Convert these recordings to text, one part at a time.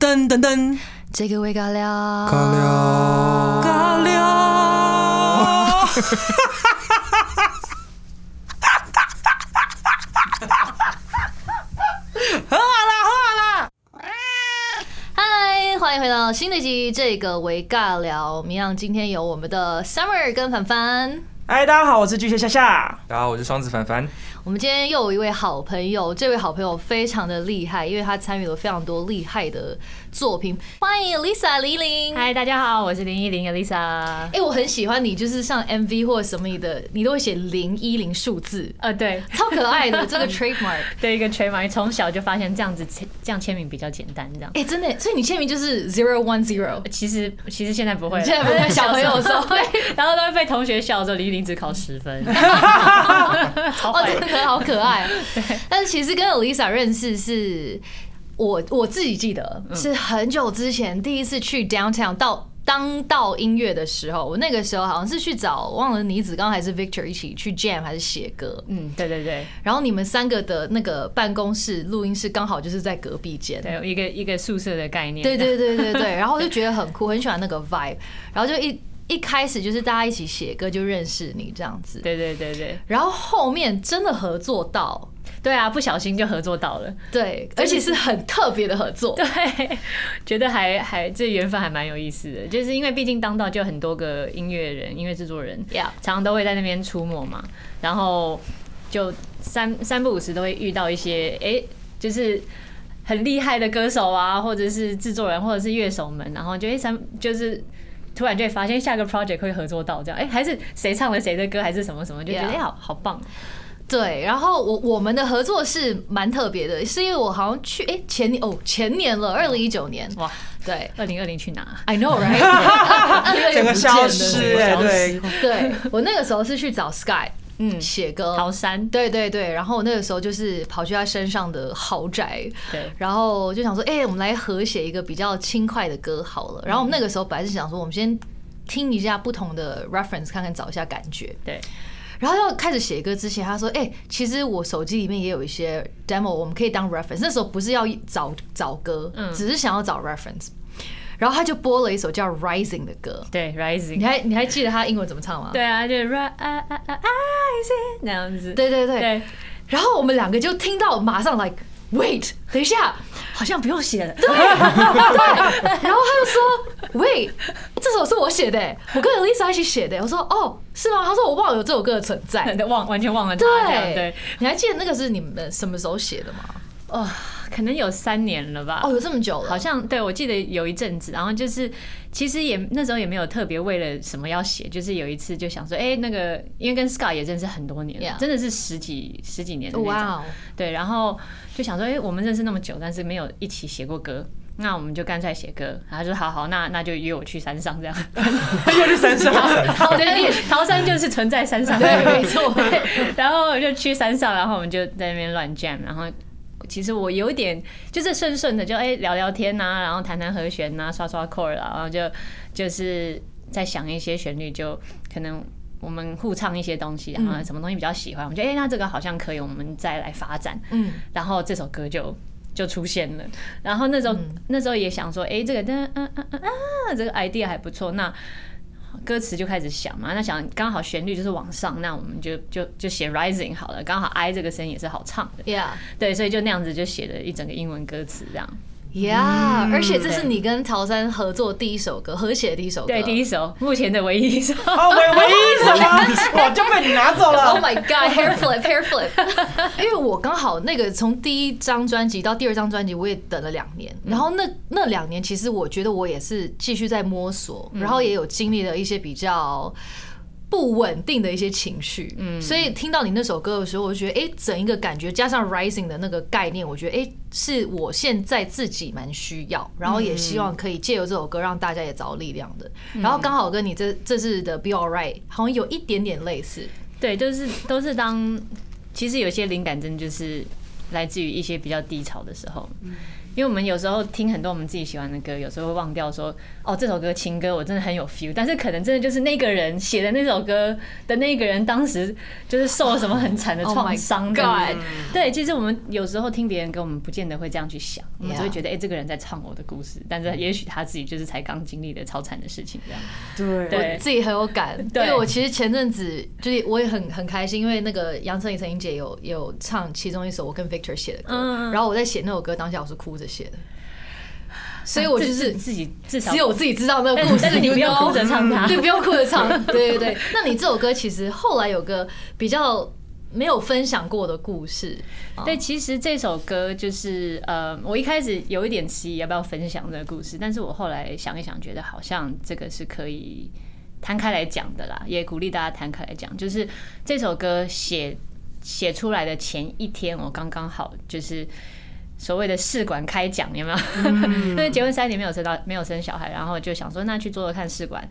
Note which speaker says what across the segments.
Speaker 1: 噔噔噔，
Speaker 2: 这个味尬聊，
Speaker 3: 尬聊，
Speaker 1: 尬聊。
Speaker 2: 嗨，欢迎回到新的一集这个为尬聊。明样今天有我们的 Summer 跟凡凡，
Speaker 1: 哎，大家好，我是巨蟹夏夏。
Speaker 3: 大家好，我是双子凡凡。
Speaker 2: 我们今天又有一位好朋友，这位好朋友非常的厉害，因为他参与了非常多厉害的作品。欢迎 Lisa 黎玲。
Speaker 4: 嗨，大家好，我是林依林 Elisa
Speaker 2: 哎、。我很喜欢你，就是像 MV 或者什么你的，你都会写零一零数字，
Speaker 4: 呃， 对，
Speaker 2: 超可爱 的这个 trademark。
Speaker 4: 对一个 trademark，从小就发现这样子签这样签名比较简单，这样。
Speaker 2: 哎、真的，所以你签名就是 zero one zero。
Speaker 4: 其实其实现在不会了，
Speaker 2: 现在不会小朋友的时候
Speaker 4: 对， 然后都会被同学笑说林依林只考十分，超
Speaker 2: 哦，
Speaker 4: 坏
Speaker 2: 真
Speaker 4: 的。
Speaker 2: 的好可 爱。但是其实跟 Elisa 认识是，我我自己记得是很久之前第一次去 downtown 到。当到音乐的时候，我那个时候好像是去找忘了倪子刚还是 Victor 一起去 jam 还是写歌，
Speaker 4: 嗯，对对对
Speaker 2: 然后你们三个的那个办公室录音室刚好就是在隔壁间，
Speaker 4: 对，一个一个宿舍的概念。
Speaker 2: 对对对对对，然后我就觉得很酷，很喜欢那个 vibe，然后就一一开始就是大家一起写歌就认识你这样子，
Speaker 4: 对对对对
Speaker 2: 然后后面真的合作到，
Speaker 4: 对啊，不小心就合作到了，
Speaker 2: 对，而且是很特别的合作，
Speaker 4: 对，觉得还还这缘分还蛮有意思的，就是因为毕竟当道就很多个音乐人、音乐制作人
Speaker 2: Yeah
Speaker 4: 常常都会在那边出没嘛，然后就三三不五时都会遇到一些哎、诶就是。很厉害的歌手啊，或者是制作人，或者是乐手们，然后就会三就是突然就会发现下个 project 会合作到这样，哎、还是谁唱了谁的歌，还是什么什么，就觉得
Speaker 2: Yeah
Speaker 4: 哎、诶好好棒，
Speaker 2: 对，然后我我们的合作是蛮特别的，是因为我好像去哎、前年哦前年了，二零一九年，
Speaker 4: 哇！
Speaker 2: 对
Speaker 4: 二零二零去哪？
Speaker 2: ，I know
Speaker 4: 哎
Speaker 2: right，
Speaker 1: 整个消失哎、
Speaker 4: 消
Speaker 1: 对
Speaker 4: 失，
Speaker 2: 对我那个时候是去找 Sky
Speaker 4: 嗯，
Speaker 2: 写歌，
Speaker 4: 桃山，
Speaker 2: 对对对，然后我那个时候就是跑去他身上的豪宅，
Speaker 4: 对
Speaker 2: 然后就想说，哎、我们来合写一个比较轻快的歌好
Speaker 4: 嗯
Speaker 2: 了。然后我们那个时候本来是想说，我们先听一下不同的 reference，看看找一下感觉。
Speaker 4: 对，
Speaker 2: 然后要开始写歌之前，他说：“哎、其实我手机里面也有一些 demo，我们可以当 reference。那时候不是要找找歌，
Speaker 4: 嗯
Speaker 2: 只是想要找 reference。”然后他就播了一首叫《Rising》的歌，
Speaker 4: 对，Rising，
Speaker 2: 你还你还记得他英文怎么唱吗？
Speaker 4: 对啊，就是 ri- 啊啊啊 rising 那样子。
Speaker 2: 对对对
Speaker 4: 对，
Speaker 2: 然后我们两个就听到，马上 like wait，等一下，
Speaker 4: 好像不用写了。
Speaker 2: 然后他就说：“Wait，这首是我写的、我跟 Lisa 一起写的、我说：“哦，是吗？”他说：“我忘了有这首歌的存在。
Speaker 4: 对忘 完全忘了他这样
Speaker 2: 对”
Speaker 4: 对，
Speaker 2: 你还记得那个是你们什么时候写的吗？
Speaker 4: 哦，可能有三年了吧。
Speaker 2: 哦，有这么久了，
Speaker 4: 好像对我记得有一阵子，然后就是其实也那时候也没有特别为了什么要写，就是有一次就想说，哎、那个因为跟 Scar 也认识很多年了
Speaker 2: Yeah
Speaker 4: 真的是十几十几年的那种。
Speaker 2: 哇哦，
Speaker 4: 对，然后就想说，哎、我们认识那么久，但是没有一起写过歌，那我们就干脆写歌。然后他就说，好好，那那就约我去山上这样。
Speaker 1: 又是山上，
Speaker 4: 好的，对桃山就是存在山上，
Speaker 2: 对没错
Speaker 4: 对然后我就去山上，然后我们就在那边乱 jam，然后。其实我有一点就是顺顺的就，哎聊聊天呐、然后弹弹和弦呐、刷刷 chord 啊，然后就就是在想一些旋律，就可能我们互唱一些东西，然后什么东西比较喜欢，我们就哎、那这个好像可以，我们再来发展。
Speaker 2: 嗯，
Speaker 4: 然后这首歌就就出现了。然后那时候、那时候也想说，哎、这个嗯嗯嗯嗯啊，这个 idea 还不错，那歌词就开始想嘛，那想刚好旋律就是往上，那我们就就就写 rising 好了，刚好 i 这个声音也是好唱的，
Speaker 2: ，Yeah。
Speaker 4: 对，所以就那样子就写了一整个英文歌词这样。
Speaker 2: Yeah，、而且这是你跟陶山合作第一首歌，合写的第一首歌。
Speaker 4: 对，第一首，目前的唯一一首。
Speaker 1: 哦，唯唯一什么，我就被你拿走
Speaker 2: Oh
Speaker 1: 了。
Speaker 2: my god，hair flip，hair flip。因为我刚好那个从第一张专辑到第二张专辑，我也等了两年。然后那那两年，其实我觉得我也是继续在摸索，然后也有经历了一些比较。不稳定的一些情绪，嗯，所以听到你那首歌的时候，我就觉得，哎、整一个感觉加上 rising 的那个概念，我觉得，哎、是我现在自己蛮需要，然后也希望可以借由这首歌让大家也找力量的。然后刚好跟你这这次的 Be Alright 好像有一点点类似，
Speaker 4: 对，就是都是当，其实有些灵感真的就是来自于一些比较低潮的时候，
Speaker 2: 嗯
Speaker 4: 因为我们有时候听很多我们自己喜欢的歌，有时候会忘掉说，哦，这首歌情歌我真的很有 feel，但是可能真的就是那个人写的那首歌的那个人当时就是受了什么很惨的
Speaker 2: Oh my
Speaker 4: 创伤
Speaker 2: God
Speaker 4: 的。对，其实我们有时候听别人歌，我们不见得会这样去想，我们
Speaker 2: Yeah
Speaker 4: 只会觉得哎、这个人在唱我的故事，但是也许他自己就是才刚经历的超惨的事情这样。
Speaker 1: 对
Speaker 4: 对
Speaker 2: 自己很有感，因
Speaker 4: 对
Speaker 2: 为我其实前阵子就是我也很很开心，因为那个杨丞琳、陈英姐有有唱其中一首我跟 Victor 写的歌，
Speaker 4: 嗯
Speaker 2: 然后我在写那首歌当下我是哭着写的，所以我就
Speaker 4: 啊自
Speaker 2: 是
Speaker 4: 自己至少
Speaker 2: 只有我自己知道那个
Speaker 4: 但
Speaker 2: 故
Speaker 4: 是
Speaker 2: 事，
Speaker 4: 但是你
Speaker 2: you
Speaker 4: 不要嗯
Speaker 2: know
Speaker 4: 哭着唱它
Speaker 2: 对，不用哭着唱， 对对对。那你这首歌其实后来有个比较没有分享过的故事，
Speaker 4: 对，其实这首歌就是呃，我一开始有一点迟疑要不要分享这个故事，但是我后来想一想，觉得好像这个是可以摊开来讲的啦，也鼓励大家摊开来讲。就是这首歌写写出来的前一天，我刚刚好就是。所谓的试管开奖有没有？
Speaker 1: 嗯
Speaker 4: 因为结婚三年没有生到没有生小孩，然后就想说那去做做看试管，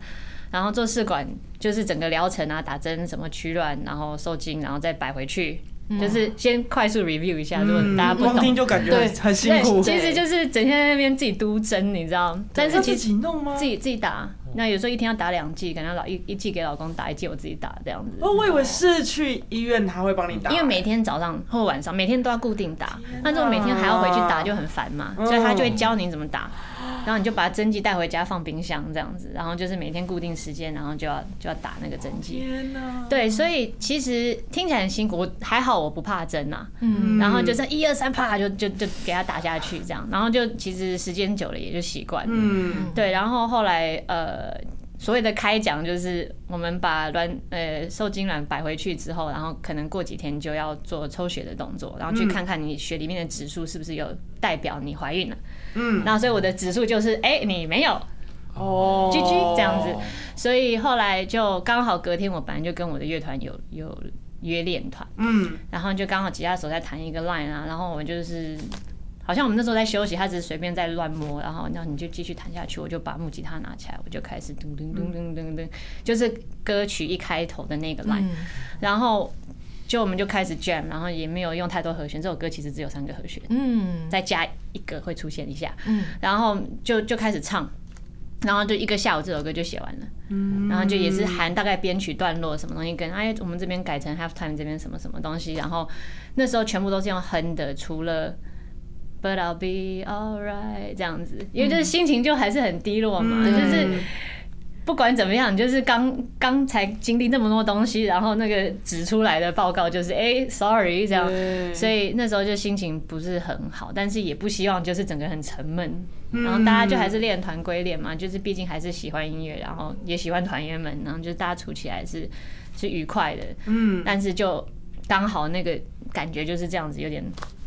Speaker 4: 然后做试管就是整个疗程啊，打针什么取卵，然后受精，然后再摆回去，就是先快速 review 一下，如果大家不
Speaker 1: 嗯光听
Speaker 4: 懂。
Speaker 1: 就感觉
Speaker 2: 对
Speaker 1: 很很辛苦。
Speaker 4: 其实就是整天在那边自己督针，你知道？但是
Speaker 1: 要
Speaker 4: 其
Speaker 1: 自
Speaker 4: 实
Speaker 1: 己弄吗？
Speaker 4: 自己自己打，
Speaker 1: 哦
Speaker 4: 那有时候一天要打两剂，可能老一一剂给老公打，一剂我自己打这样子。
Speaker 1: 哦，我以为是去医院他会帮你打，
Speaker 4: 因为每天早上或晚上，每天都要固定打，
Speaker 1: 啊
Speaker 4: 那如果每天还要回去打就很烦嘛，
Speaker 1: 哦
Speaker 4: 所以他就会教你怎么打，然后你就把针剂带回家放冰箱这样子，然后就是每天固定时间，然后就要就要打那个针剂。
Speaker 1: 天啊哪，
Speaker 4: 对，所以其实听起来很辛苦，我还好我不怕针呐、
Speaker 2: 嗯，
Speaker 4: 然后就是一二三啪就就就给他打下去这样，然后就其实时间久了也就习惯了。
Speaker 1: 嗯，
Speaker 4: 对，然后后来呃，所谓的开奖就是我们把卵呃受精卵摆回去之后，然后可能过几天就要做抽血的动作，然后去看看你血里面的指数是不是有代表你怀孕了。
Speaker 1: 嗯，
Speaker 4: 那所以我的指数就是哎、你没有，
Speaker 1: 哦
Speaker 4: GG 这样子所以后来就刚好隔天我本来就跟我的乐团有有约练团，
Speaker 1: 嗯，
Speaker 4: 然后就刚好吉他手在弹一个 line 啊，然后我就是好像我们那时候在休息，他只是随便在乱摸，然后那你就继续弹下去，我就把木吉他拿起来，我就开始噔噔噔噔噔噔，就是歌曲一开头的那个
Speaker 2: 嗯
Speaker 4: line，、然后就我们就开始 jam，然后也没有用太多和弦，这首歌其实只有三个和弦，
Speaker 2: 嗯
Speaker 4: 再加一个会出现一下，
Speaker 2: 嗯
Speaker 4: 然后就就开始唱，然后就一个下午这首歌就写完了，然后就也是含大概编曲段落什么东西跟哎我们这边改成 half time 这边什么什么东西，然后那时候全部都是用哼的，除了 But I'll be alright 这样子，因为就是心情就还是很低落
Speaker 1: 嗯
Speaker 4: 嘛，就是。不管怎么样，你就是刚刚才经历那么多东西，然后那个指出来的报告就是，哎、s o r r y 这样，所以那时候就心情不是很好，但是也不希望就是整个很沉闷。然后大家就还是练团归练嘛，就是毕竟还是喜欢音乐，然后也喜欢团员们，然后就是大家处起来是是愉快的。嗯，但是就刚好那个感觉就是这样子，有点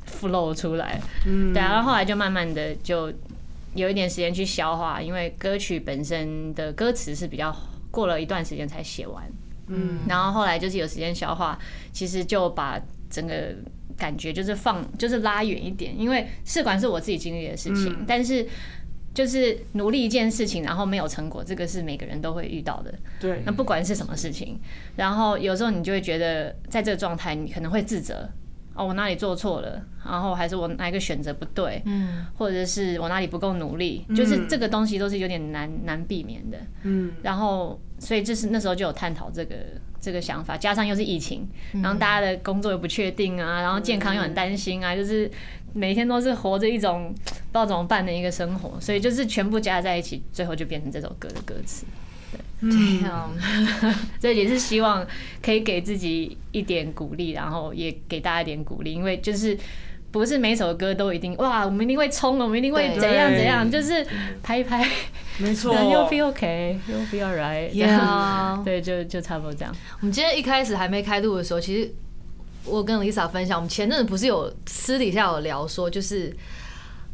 Speaker 4: flow 出来。嗯，对啊，然后后来就慢慢的就有一点时间去消化，因为歌曲本身的歌词是比较过了一段时间才写完。嗯，然后后来就是有时间消化，其实就把整个感觉就是放，就是拉远一点，因为试管是我自己经历的事情，但是就是努力一件事情，然后没有成果，这个是每个人都会遇到的。
Speaker 1: 对，
Speaker 4: 那不管是什么事情，然后有时候你就会觉得，在这个状态，你可能会自责，哦，我哪里做错了，然后还是我哪一个选择不对，嗯，或者是我哪里不够努力，就是这个东西都是有点难难避免的，嗯，然后所以就是那时候就有探讨这个。这个想法，加上又是疫情，然后大家的工作又不确定啊，然后健康又很担心啊，就是每天都是活着一种不知道怎么办的一个生活，所以就是全部加在一起，最后就变成这首歌的歌词。
Speaker 1: 嗯
Speaker 2: 对
Speaker 4: 嗯
Speaker 2: 啊，
Speaker 4: 所以也是希望可以给自己一点鼓励，然后也给大家一点鼓励，因为就是不是每首歌都一定哇，我们一定会冲，我们一定会
Speaker 2: 对
Speaker 4: 怎样怎样，就是拍一拍，
Speaker 1: 没错，
Speaker 4: 然后 you'll be okay, you'll be alright，这样
Speaker 2: 呀，
Speaker 4: 对，就就差不多这样。
Speaker 2: 我们今天一开始还没开录的时候，其实我跟 Lisa 分享，我们前阵子不是有私底下有聊说，就是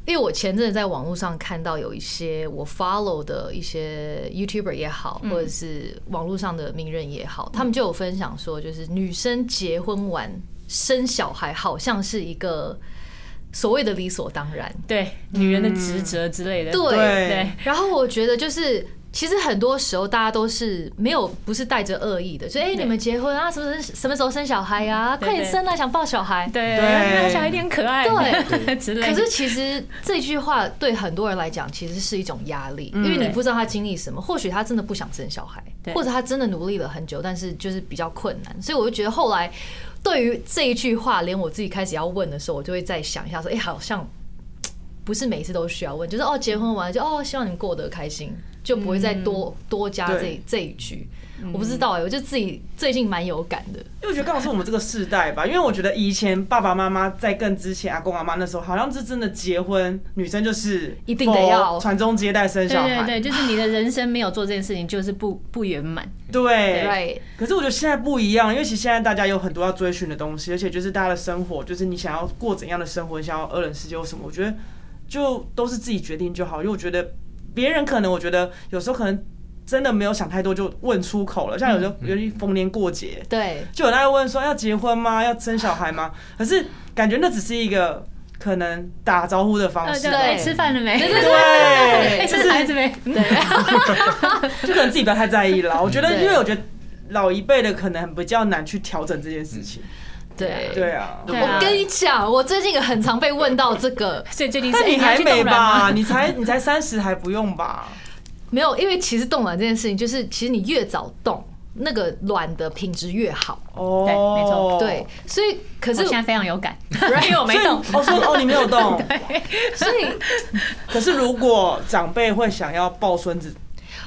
Speaker 2: 因为我前阵子在网络上看到有一些我 follow 的一些 YouTuber 也好，或者是网络上的名人也好，他们就有分享说，就是女生结婚完生小孩好像是一个所谓的理所当然，
Speaker 4: 对，女人的职责之类的，
Speaker 2: 嗯对。
Speaker 1: 对
Speaker 4: 对，
Speaker 2: 然后我觉得就是。其实很多时候大家都是没有不是带着恶意的，就哎、你们结婚啊，什么时候什么时候生小孩呀、啊，
Speaker 4: 嗯对
Speaker 2: 快点生啊，想抱小孩。
Speaker 4: 对，
Speaker 1: 对
Speaker 4: 让小孩一点可爱，
Speaker 2: 对
Speaker 4: 之类的。
Speaker 2: 可是其实这句话对很多人来讲，其实是一种压力，因为你不知道他经历什么，或许他真的不想生小孩，
Speaker 4: 对
Speaker 2: 或者他真的努力了很久，但是就是比较困难。所以我就觉得后来对于这一句话，连我自己开始要问的时候，我就会再想一下，说，哎，好像不是每次都需要问，就是哦，结婚完就哦，希望你们过得开心，就不会再多、多加这
Speaker 1: 对
Speaker 2: 这一句。我不知道哎、我就自己最近蛮有感的。
Speaker 1: 因为我觉得刚好是我们这个世代吧，因为我觉得以前爸爸妈妈在更之前，阿公阿妈那时候，好像是真的结婚，女生就是
Speaker 2: 一定得要
Speaker 1: 传宗接代生
Speaker 4: 对
Speaker 1: 小
Speaker 4: 对
Speaker 1: 孩，
Speaker 4: 对，就是你的人生没有做这件事情，就是不不圆满。
Speaker 1: 对。
Speaker 2: Right，
Speaker 1: 可是我觉得现在不一样，因为其实现在大家有很多要追寻的东西，而且就是大家的生活，就是你想要过怎样的生活，你想要二人世界或什么，我觉得就都是自己决定就好。因为我觉得别人可能，我觉得有时候可能真的没有想太多就问出口了，像有时
Speaker 4: 嗯
Speaker 1: 候尤其逢年过节，
Speaker 2: 对，
Speaker 1: 就有人在问说要结婚吗？要生小孩吗？可是感觉那只是一个可能打招呼的方
Speaker 4: 呃，
Speaker 1: 式
Speaker 4: 就，
Speaker 2: 对
Speaker 4: 哎，吃饭了没？哎，
Speaker 1: 对，就
Speaker 4: 生孩子没？
Speaker 1: 就可能自己不要太在意了。我觉得，
Speaker 2: 对
Speaker 1: 因为我觉得老一辈的可能比较难去调整这件事情。
Speaker 2: 对。
Speaker 1: 对啊，
Speaker 4: 对啊
Speaker 2: 我跟你讲，我最近很常被问到这个，
Speaker 4: 所以最近是
Speaker 1: 但你
Speaker 4: 哎要
Speaker 1: 还
Speaker 4: 去冻
Speaker 1: 没
Speaker 4: 卵吗
Speaker 1: 吧？你才你才三十，还不用吧？
Speaker 2: 没有，因为其实冻卵这件事情，就是其实你越早冻，那个卵的品质越好。
Speaker 1: 哦，
Speaker 4: 对没错
Speaker 2: 对，所以可
Speaker 4: 我
Speaker 2: 是
Speaker 4: 哦现在非常有感， 因为我没
Speaker 1: 所以
Speaker 4: 动。
Speaker 1: 哦，所以哦，你没有 动。
Speaker 2: 所以
Speaker 1: 可是如果长辈会想要抱孙子，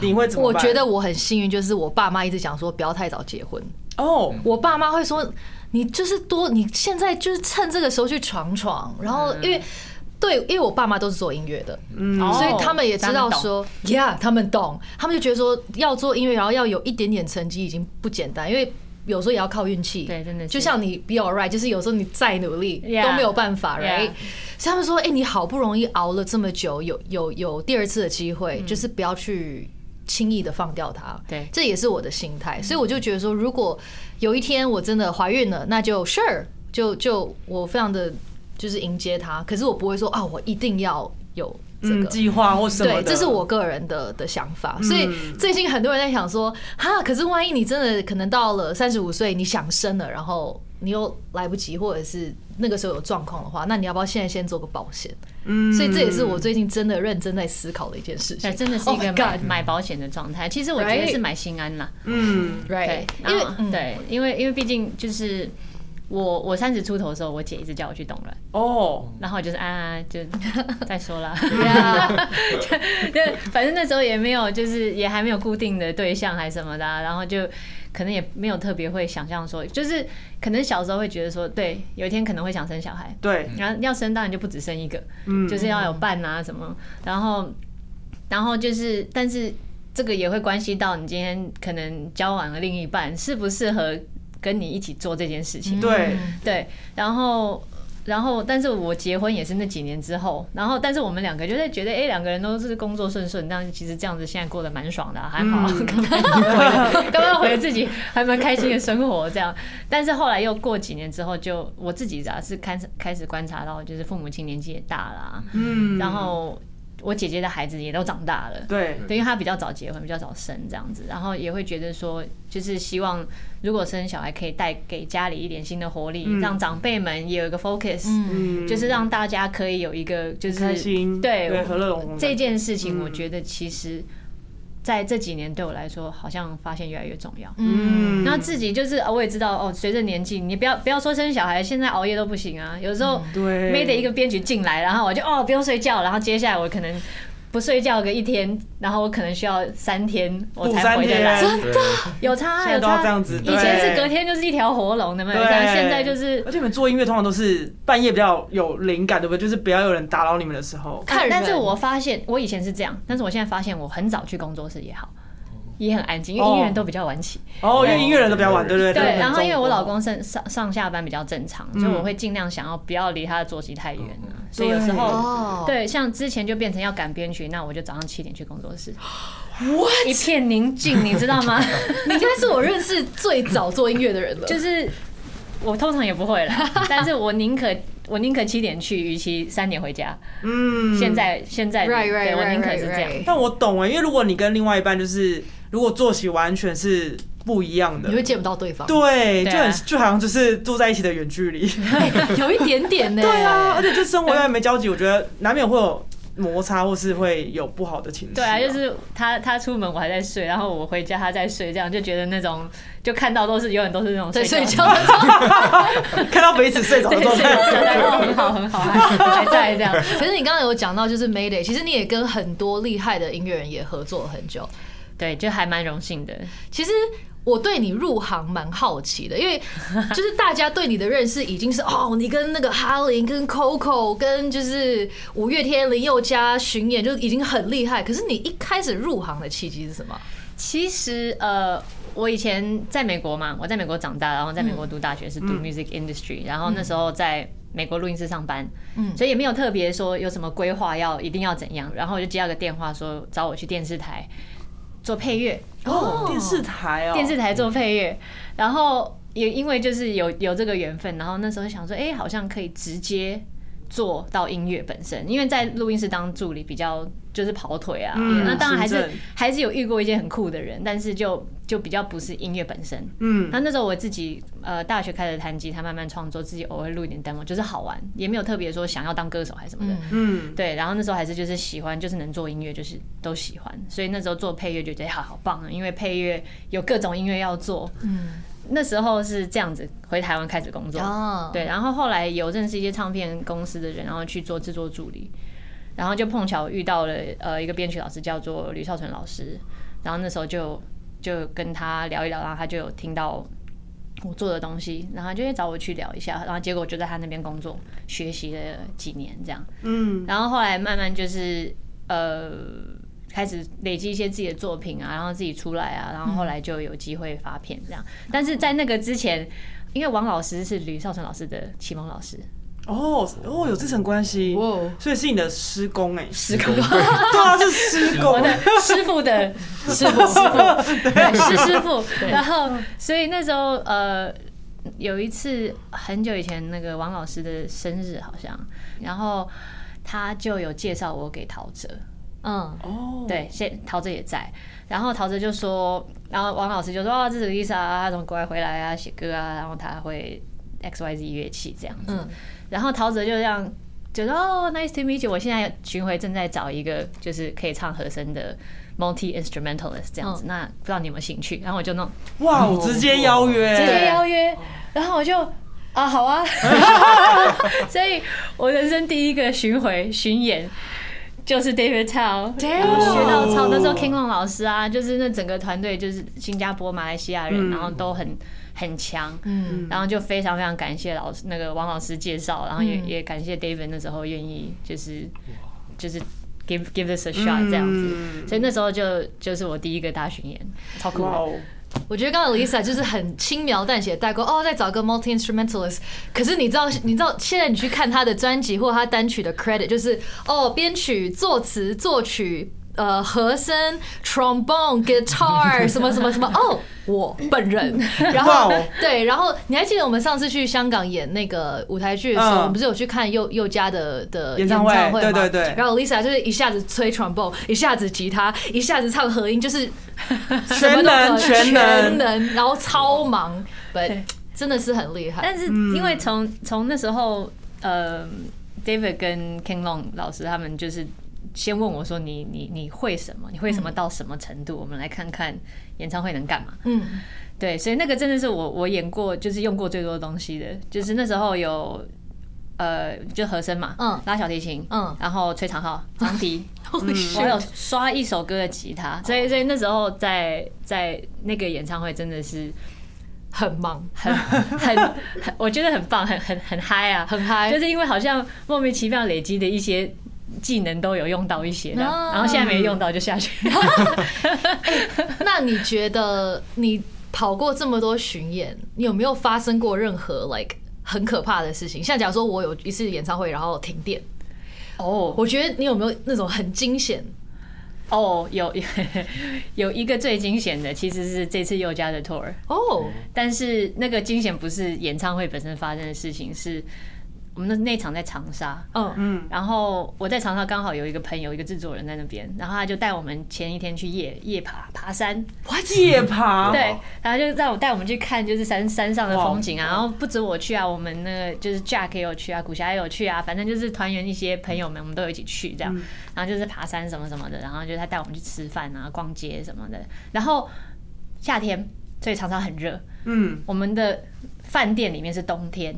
Speaker 1: 你会 怎么
Speaker 2: 我
Speaker 1: 办？
Speaker 2: 觉得我很幸运，就是我爸妈一直讲说不要太早结婚。
Speaker 1: 哦，
Speaker 2: 我爸妈会说，你就是多，你现在就是趁这个时候去闯闯。然后因为对，因为我爸妈都是做音乐的，
Speaker 1: 嗯，
Speaker 4: 哦
Speaker 2: 所以他们也知道说，Yeah，他们懂，他们就觉得说要做音乐，然后要有一点点成绩已经不简单，因为。有时候也要靠运气，
Speaker 4: 对真的是
Speaker 2: 就像你 be alright，就是有时候你再努力
Speaker 4: Yeah
Speaker 2: 都没有办法
Speaker 4: Yeah
Speaker 2: ，right？所以他们说，哎，你好不容易熬了这么久，有有有第二次的机会，就是不要去轻易的放掉它。
Speaker 4: 嗯对嗯
Speaker 2: 这也是我的心态，所以我就觉得说，如果有一天我真的怀孕了，那就 sure，就就我非常的就是迎接它，可是我不会说啊，我一定要有这
Speaker 1: 嗯，
Speaker 2: 个。
Speaker 1: 计划或什么
Speaker 2: 对，
Speaker 1: 的，嗯
Speaker 2: 这是我个人的的想法，所以最近很多人在想说，哈，可是万一你真的可能到了三十五岁，你想生了，然后你又来不及，或者是那个时候有状况的话，那你要不要现在先做个保险？
Speaker 1: 嗯，
Speaker 2: 所以这也是我最近真的认真在思考的一件事情
Speaker 4: 对，。真的是一
Speaker 2: Oh my
Speaker 4: 个买
Speaker 2: God
Speaker 4: 买保险的状态。其实我觉得
Speaker 2: Right
Speaker 4: 是买心安啦，
Speaker 1: 嗯，
Speaker 2: right，
Speaker 4: 对，
Speaker 2: 因为
Speaker 4: 然后
Speaker 2: 嗯
Speaker 4: 对，因为因为毕竟就是我我三十出头的时候，我姐一直叫我去冻卵，
Speaker 1: 哦，
Speaker 4: 然后我就是啊就再说啦，
Speaker 2: Yeah，
Speaker 4: 就反正那时候也没有就是也还没有固定的对象还什么的啊、然后就可能也没有特别会想象说，就是可能小时候会觉得说，对，有一天可能会想生小孩，
Speaker 1: 对，
Speaker 4: 然后要生当然就不止生一个，
Speaker 1: 嗯，
Speaker 4: 就是要有伴啊什么，然后然后就是，但是这个也会关系到你今天可能交往的另一半适不适合跟你一起做这件事情，
Speaker 1: 对，
Speaker 4: 对，然后。然后，但是我结婚也是那几年之后，然后，但是我们两个就在觉得，哎，两个人都是工作顺顺，但其实这样子现在过得蛮爽的啊、还好啊，
Speaker 1: 嗯
Speaker 4: 刚刚回 刚刚回自己 还蛮开心的生活这样。但是后来又过几年之后就，我自己啊是开始开始观察到，就是父母亲年纪也大啦、
Speaker 1: 嗯，
Speaker 4: 然后我姐姐的孩子也都长大了，
Speaker 1: 对，
Speaker 4: 对，因为她比较早结婚，比较早生这样子，然后也会觉得说，就是希望如果生小孩可以带给家里一点新的活力，
Speaker 1: 嗯
Speaker 4: 让长辈们也有一个 focus，、
Speaker 2: 嗯，
Speaker 1: 嗯，
Speaker 4: 就是让大家可以有一个就是
Speaker 1: 开心，
Speaker 4: 对
Speaker 1: 对，
Speaker 4: 我
Speaker 1: 和乐融融的，
Speaker 4: 这件事
Speaker 1: 嗯
Speaker 4: 情，我觉得其实在这几年对我来说，好像发现越来越重要。
Speaker 1: 嗯，
Speaker 4: 然后自己就是，呃我也知道哦，随着年纪，你不要不要说生小孩，现在熬夜都不行啊。有时候
Speaker 1: 对，
Speaker 4: 没得一个编曲进来，然后我就哦不用睡觉，然后接下来我可能不睡觉个一天，然后我可能需要三天我
Speaker 1: 补
Speaker 4: 才
Speaker 1: 三
Speaker 4: 回得
Speaker 1: 天，
Speaker 4: 来，
Speaker 1: 真的，
Speaker 4: 有差啊
Speaker 1: 现在
Speaker 4: 有
Speaker 1: 都要这
Speaker 4: 差。
Speaker 1: 样子，
Speaker 4: 以前是
Speaker 1: 对
Speaker 4: 隔。天就是一条活龙的嘛，
Speaker 1: 对
Speaker 4: 但现在就是啊
Speaker 1: 而且你们做音乐通常都是半夜比较有灵感，对不对？就是不要有人打扰你们的时候。
Speaker 2: 看人
Speaker 4: 但是我发现我以前是这样，但是我现在发现我很早去工作室也好，也很安静，因为
Speaker 1: 哦
Speaker 4: 音乐人都比较晚起。
Speaker 1: 哦，因为音乐人都比较晚，对不对？
Speaker 4: 对，
Speaker 1: 都
Speaker 4: 然后因为我老
Speaker 1: 很嗯
Speaker 4: 公上上上下班比较正常，所以我会尽量想要不要离他的作息太远啊
Speaker 3: 嗯
Speaker 4: 所以有时候。
Speaker 2: 哦，
Speaker 4: 对，像之前就变成要赶编曲，那我就早上七点去工作室，一片宁静，你知 道吗？
Speaker 2: 你应该是我认识最早做音乐的人了，
Speaker 4: 就是是我通常也不会 啦，但是我宁可我宁可七点去，与其三点回家。
Speaker 1: 重嗯，
Speaker 4: 现。在现在
Speaker 2: Right, right,
Speaker 4: 对我宁可
Speaker 2: right,
Speaker 4: 是这
Speaker 2: right,
Speaker 4: 样
Speaker 2: right.。
Speaker 1: 但我懂哎，因为如果你跟另外一半就是如果作息完全是不一样的
Speaker 2: 你，会见不到对方，
Speaker 1: 对，
Speaker 4: 对
Speaker 1: 就
Speaker 4: 啊
Speaker 1: 很就好像就是住在一起的 远距离。
Speaker 2: 有一点点呢。
Speaker 1: 对啊，而且这生活又还没交集，我觉得难免会有摩擦，或是会有不好的情绪、
Speaker 4: 对啊，就是
Speaker 2: 哦
Speaker 4: 他他出门我还在睡，然后我回家他在睡，这样就觉得那种就看到都是永远都是那种
Speaker 2: 对，
Speaker 4: 睡
Speaker 2: 睡
Speaker 4: 觉
Speaker 2: 觉，的时候，
Speaker 1: 看到彼此睡着
Speaker 4: 对
Speaker 1: 的
Speaker 4: 睡
Speaker 1: 状
Speaker 4: 觉
Speaker 1: 态。
Speaker 4: 状态哦很好很好还还在这样，
Speaker 2: 可是你刚刚有讲到就是 Mayday，其实你也跟很多厉害的音乐人也合作了很久。
Speaker 4: 对，就还蛮荣幸的。
Speaker 2: 其实我对你入行蛮好奇的，因为就是大家对你的认识已经是哦，你跟那个哈林、跟 Coco、跟就是五月天、林宥嘉巡演就已经很厉害。可是你一开始入行的契机是什么？
Speaker 4: 其实呃，我以前在美国嘛，我在美国长大，然后在美国读大学是读 music industry，、然后那时候在美国录音室上班，
Speaker 2: 嗯
Speaker 4: 所以也没有特别说有什么规划要一定要怎样，然后我就接到个电话说找我去电视台做配乐，
Speaker 1: 哦，电视台哦，
Speaker 4: 电视台做配乐，然后也因为就是有有这个缘分，然后那时候想说，哎、好像可以直接做到音乐本身，因为在录音室当助理比较就是跑腿啊，
Speaker 1: 嗯
Speaker 4: 那当然还
Speaker 1: 行
Speaker 4: 是
Speaker 1: 政
Speaker 4: 还是有遇过一些很酷的人，但是就就比较不是音乐本身。
Speaker 1: 嗯，
Speaker 4: 那那时候我自己呃大学开始弹吉他，慢慢创作，自己偶尔录一点 demo，就是好玩，也没有特别说想要当歌手还是什么的。
Speaker 1: 嗯，
Speaker 4: 对，然后那时候还是就是喜欢，就是能做音乐，就是都喜欢，所以那时候做配乐就觉得好好棒啊，因为配乐有各种音乐要做。
Speaker 2: 嗯，
Speaker 4: 那时候是这样子，回台湾开始工作，
Speaker 2: 哦，
Speaker 4: 对，然后后来有认识一些唱片公司的人，然后去做制作助理，然后就碰巧遇到了呃一个编曲老师叫做吕孝纯老师，然后那时候就就跟他聊一聊，然后他就有听到我做的东西，然后他就会找我去聊一下，然后结果就在他那边工作学习了几年这样，嗯，然后后来慢慢就是呃。开始累积一些自己的作品啊，然后自己出来啊，然后后来就有机会发片这样。但是在那个之前，因为王老师是吕少成老师的启蒙老师，
Speaker 1: 哦哦，有这层关系，
Speaker 4: 哦
Speaker 2: 哇
Speaker 1: 所以是你的师公哎，
Speaker 4: 师 公，
Speaker 1: 对啊，是师公
Speaker 4: 我，的师傅的师傅，师傅，对，师师傅。然后，所以那时候呃，有一次很久以前，那个王老师的生日好像，然后他就有介绍我给陶喆，
Speaker 2: 嗯，
Speaker 1: 哦，
Speaker 4: 对，现陶喆也在。然后陶喆就说，然后王老师就说啊，这是个意思啊，他从国外回来啊，写歌啊，然后他会 X Y Z 乐器这样子。
Speaker 2: 嗯
Speaker 4: 然后陶喆就这样就说哦，nice to meet you。我现在巡回正在找一个就是可以唱和声的 multi instrumentalist 这样子，那不知道你有没有兴趣？然后我就弄
Speaker 1: 哇，我直接邀约，
Speaker 4: 直接邀约，然后我就啊好啊， 所以我人生第一个巡回巡演。就是 David Tao，然后学到超那时候 King Long 老师啊，就是那整个团队就是新加坡、马来西亚
Speaker 1: 嗯
Speaker 4: 人，然后都很很强，
Speaker 2: 嗯，
Speaker 4: 然后就非常非常感谢老师那个王老师介绍，然后也、
Speaker 2: 嗯
Speaker 4: 也感谢 David 那时候愿意就是就是 give give this a shot 这样子，
Speaker 1: 嗯
Speaker 4: 所以那时候就就是我第一个大巡演，超酷
Speaker 1: 哇
Speaker 4: 的。
Speaker 1: 哦，
Speaker 2: 我觉得刚刚 Lisa 就是很轻描淡写地带过，哦，再找一个 multi instrumentalist。可是你知道，你知道现在你去看他的专辑或他单曲的 credit，就是哦，编曲、作词、作曲。呃，和声、trombone、guitar，什 么什么什么，哦，我本人。然后
Speaker 1: 哇哦
Speaker 2: 对，然后你还记得我们上次去香港演那个舞台剧的时
Speaker 1: 嗯
Speaker 2: 候，我们不是有去看佑佑嘉的的
Speaker 1: 演唱会
Speaker 2: 吗
Speaker 1: 对对对
Speaker 2: 然后 Lisa 就是一下子吹 trombone，一下子吉他，一下子唱和音，就是什
Speaker 1: 全
Speaker 2: 么都可
Speaker 1: 能
Speaker 2: 以
Speaker 1: 全能，
Speaker 2: 全能，然后超忙，对
Speaker 4: 对，
Speaker 2: 真的是很厉害。
Speaker 4: 但是因为从从那时候，呃，David 跟 King Long 老师他们就是先问我说你你你会什么？你会什么到什么程度？我们来看看演唱会能干嘛。
Speaker 2: 嗯，
Speaker 4: 对，所以那个真的是我我演过就是用过最多的东西的，就是那时候有。呃，就和声嘛，
Speaker 2: 嗯
Speaker 4: 拉小提琴，
Speaker 2: 嗯
Speaker 4: 然后吹长号、长笛， 嗯
Speaker 2: Holy
Speaker 4: 我还有
Speaker 2: shit
Speaker 4: 刷一首歌的吉他，所以所以那时候在在那个演唱会真的是
Speaker 2: 很忙，
Speaker 4: 很 很很，我觉得很棒，很很很嗨啊，
Speaker 2: 很嗨
Speaker 4: 就是因为好像莫名其妙累积的一些技能都有用到一些的，
Speaker 2: 啊
Speaker 4: 然后现在没用到就下去。
Speaker 2: 那你觉得你跑过这么多巡演，你有没有发生过任何 like 很可怕的事情？像假如说我有一次演唱会，然后停电，
Speaker 4: 哦
Speaker 2: 我觉得你有没有那种很惊险？
Speaker 4: 哦，有 有一个最惊险的其实是这次佑嘉的 tour，
Speaker 2: 哦，
Speaker 4: 但是那个惊险不是演唱会本身发生的事情，是我们那那场在长沙，
Speaker 2: 嗯，
Speaker 1: 嗯，
Speaker 4: 然后我在长沙刚好有一个朋友，一个制作人在那边，然后他就带我们前一天去夜夜爬爬山，
Speaker 1: 夜爬，
Speaker 4: 对，然后就让我带我们去看就是山山上的风景啊，
Speaker 1: 哦
Speaker 4: 然后不止我去啊，我们那个就是 Jack 也有去啊，古霞也有去啊，反正就是团员一些朋友们我们都有一起去这样，
Speaker 1: 嗯
Speaker 4: 然后就是爬山什么什么的，然后就是他带我们去吃饭啊、逛街什么的，然后夏天所以常常很热，
Speaker 1: 嗯，
Speaker 4: 我们的饭店里面是冬天，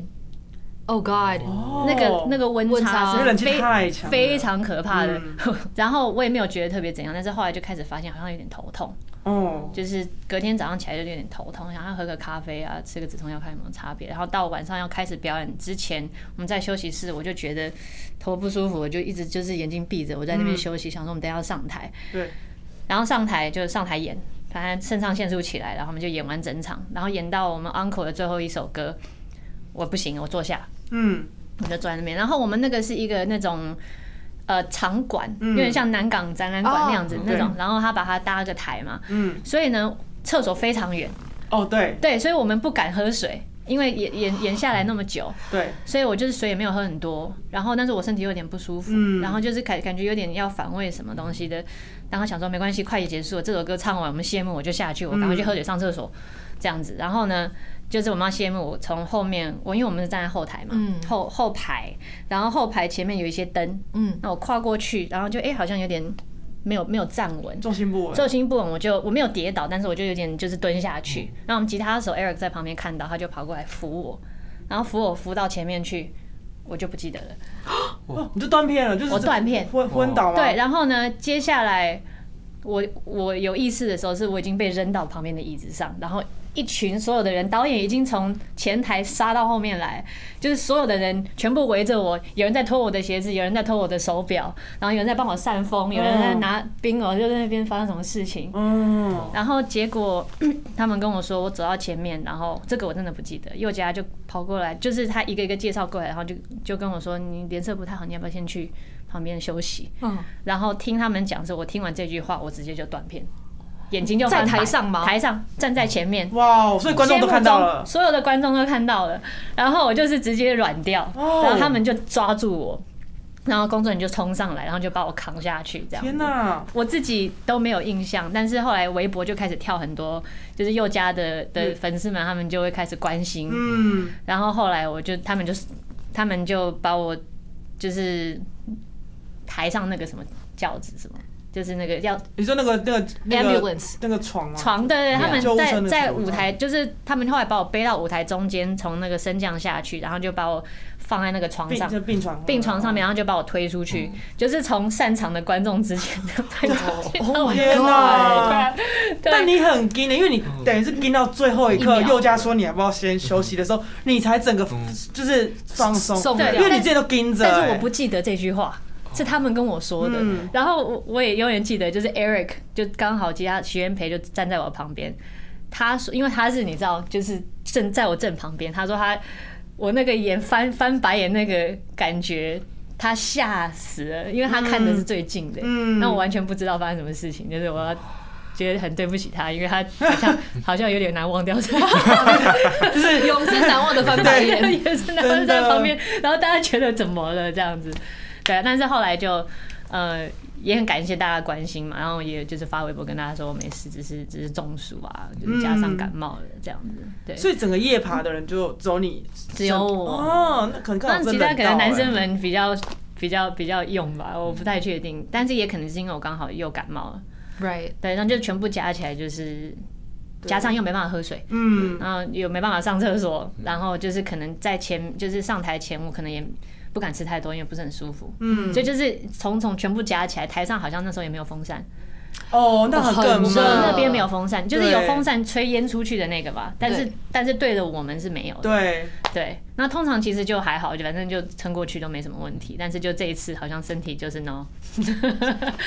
Speaker 2: ，Oh God，
Speaker 1: 哦
Speaker 4: 那个那
Speaker 1: 个
Speaker 4: 个温
Speaker 2: 温
Speaker 4: 差
Speaker 1: 因
Speaker 2: 差
Speaker 1: 为
Speaker 4: 是
Speaker 1: 冷气
Speaker 4: 非
Speaker 1: 太强了，
Speaker 4: 非常可怕的
Speaker 1: 嗯。
Speaker 4: 然后我也没有觉得特别怎样，但是后来就开始发现好像有点头痛，
Speaker 1: 哦，
Speaker 4: 就是隔天早上起来就有点头痛，想要喝个咖啡啊，吃个止痛药看有没有差别。然后到晚上要开始表演之前，我们在休息室我就觉得头不舒服，我就一直就是眼睛闭着，我在那边休息，想说我们等一下要上台，
Speaker 1: 对，
Speaker 4: 然后上台就上台演，反正肾上腺素起来，然后我们就演完整场，然后演到我们 uncle 的最后一首歌，我不行，我坐下。
Speaker 1: 嗯，
Speaker 4: 我就坐在那边。然后我们那个是一个那种呃场馆，有点像南港展览馆那样子
Speaker 1: 哦
Speaker 4: 那种。然后他把它搭个台嘛，
Speaker 1: 嗯，
Speaker 4: 所以呢厕所非常远，
Speaker 1: 哦，对
Speaker 4: 对，所以我们不敢喝水。因为演演演下来那么久，
Speaker 1: 对，
Speaker 4: 所以我就是水也没有喝很多，然后但是我身体有点不舒服，然后就是感感觉有点要反胃什么东西的，然后想说没关系，快也结束了，这首歌唱完我们谢幕，我就下去，我赶快去喝水上厕所，这样子。然后呢，就是我们要谢幕，我从后面，我因为我们是站在后台嘛，后后排，然后后排前面有一些灯，
Speaker 2: 嗯，
Speaker 4: 那我跨过去，然后就哎、诶好像有点没有没有站稳，
Speaker 1: 重心不稳，
Speaker 4: 重心不稳，我就我没有跌倒，但是我就有点就是蹲下去。然后我们吉他手 Eric 在旁边看到，他就跑过来扶我，然后扶我扶到前面去，我就不记得了。
Speaker 1: 哦，你就断片了，就是
Speaker 4: 我断片
Speaker 1: 昏昏倒吗？
Speaker 4: 对，，然后呢，接下来我我有意识的时候，是我已经被扔到旁边的椅子上，然后一群所有的人，导演已经从前台杀到后面来，就是所有的人全部围着我，有人在脱我的鞋子，有人在脱我的手表，然后有人在帮我扇风，有人在拿冰哦，就在那边发生什么事情。
Speaker 1: 嗯，
Speaker 4: 然后结果 他们跟我说，我走到前面，然后这个我真的不记得，佑佳就跑过来，就是他一个一个介绍过来，然后就就跟我说，你脸色不太好，你要不要先去旁边休息？
Speaker 2: 嗯，
Speaker 4: 然后听他们讲之后，我听完这句话，我直接就断片，眼睛就
Speaker 2: 在
Speaker 4: 翻白
Speaker 2: 台上吗
Speaker 4: 台上站在前面，
Speaker 1: 哇哦，所以观众都看到
Speaker 4: 谢幕
Speaker 1: 了
Speaker 4: 中，所有的观众都看到了，然后我就是直接软掉，
Speaker 1: 哦
Speaker 4: 然后他们就抓住我，然后工作人员就冲上来，然后就把我扛下去，这样。
Speaker 1: 天哪，
Speaker 4: 我自己都没有印象，但是后来微博就开始跳很多，就是佑家的的粉丝们，他们就会开始关心。
Speaker 1: 嗯，
Speaker 4: 然后后来我就他们就他们就把我就是抬上那个什么轿子什么，就是那个要
Speaker 1: 你说那个那个那个
Speaker 2: Ambulance
Speaker 1: 那个床吗？啊
Speaker 4: 床的，对
Speaker 3: Yeah
Speaker 4: 他们
Speaker 1: 哦救护车
Speaker 4: 在
Speaker 1: 那个
Speaker 4: 在
Speaker 1: 床
Speaker 4: 舞台，就是他们后来把我背到舞台中间，从那个升降下去，然后就把我放在那个床
Speaker 1: 病
Speaker 4: 上。
Speaker 1: 就病床啊嗯
Speaker 4: 病床上面，然啊后就把我推出去，就是从擅长的观众之前就 推出去。
Speaker 2: Oh my
Speaker 1: 哦天
Speaker 2: God！
Speaker 1: 哪！
Speaker 4: 对
Speaker 1: 但你很惊欸的，因为你等于是惊到最后一刻，
Speaker 4: 一秒
Speaker 1: 佑佳说你要不要先休息的时候，你才整个
Speaker 3: 嗯
Speaker 1: 就是放松，
Speaker 2: 送
Speaker 4: 对
Speaker 1: 因
Speaker 2: 掉
Speaker 1: 为你自己都惊着。
Speaker 4: 但是我
Speaker 1: 哎哦
Speaker 4: 不记得这句话，是他们跟我说的。
Speaker 1: 嗯
Speaker 4: 然后我我也永远记得，就是 Eric 就刚好其他徐元培就站在我旁边，他说，因为他是你知道，就是正在我正旁边，他说他我那个眼翻翻白眼那个感觉。他吓死了，因为他看的是最近的，
Speaker 1: 嗯嗯
Speaker 4: 那我完全不知道发生什么事情，就是我要觉得很对不起他，因为他好像 好像有点 难忘掉这个。
Speaker 2: 就是永生难忘的翻白眼。
Speaker 4: 也是然后在旁边，然后大家觉得怎么了这样子，对啊，但是后来就呃也很感谢大家关心嘛，然后也就是发微博跟大家说我没事，只是只是中暑啊，就是加上感冒了这样子，对，
Speaker 1: 嗯所以整个夜爬的人就只有你，
Speaker 4: 只有我，
Speaker 1: 哦，那可能刚
Speaker 4: 但
Speaker 1: 好
Speaker 4: 其
Speaker 1: 真的
Speaker 4: 他
Speaker 1: 哎
Speaker 4: 可能男生们比较。比较比较用吧，我不太确定，但是也可能是因为我刚好又感冒了，
Speaker 2: Right，
Speaker 4: 对，然后就全部加起来就是，加上又没办法喝水，
Speaker 1: 嗯，
Speaker 4: 然后有没办法上厕所，然后就是可能在前，就是上台前，我可能也不敢吃太多，因为不是很舒服。嗯，所以就是重重全部加起来，台上好像那时候也没有风扇，
Speaker 1: 哦，那很更
Speaker 2: 很
Speaker 4: 我们
Speaker 2: 热
Speaker 4: 那
Speaker 1: 闷，
Speaker 4: 边没有风扇，就是有
Speaker 1: 对
Speaker 4: 风扇吹烟出去的那个吧，但是
Speaker 2: 对
Speaker 4: 但是对着我们是没有的。
Speaker 1: 对，
Speaker 4: 对，那通常其实就还好，就反正就撑过去都没什么问题，但是就这一次好像身体就是 no。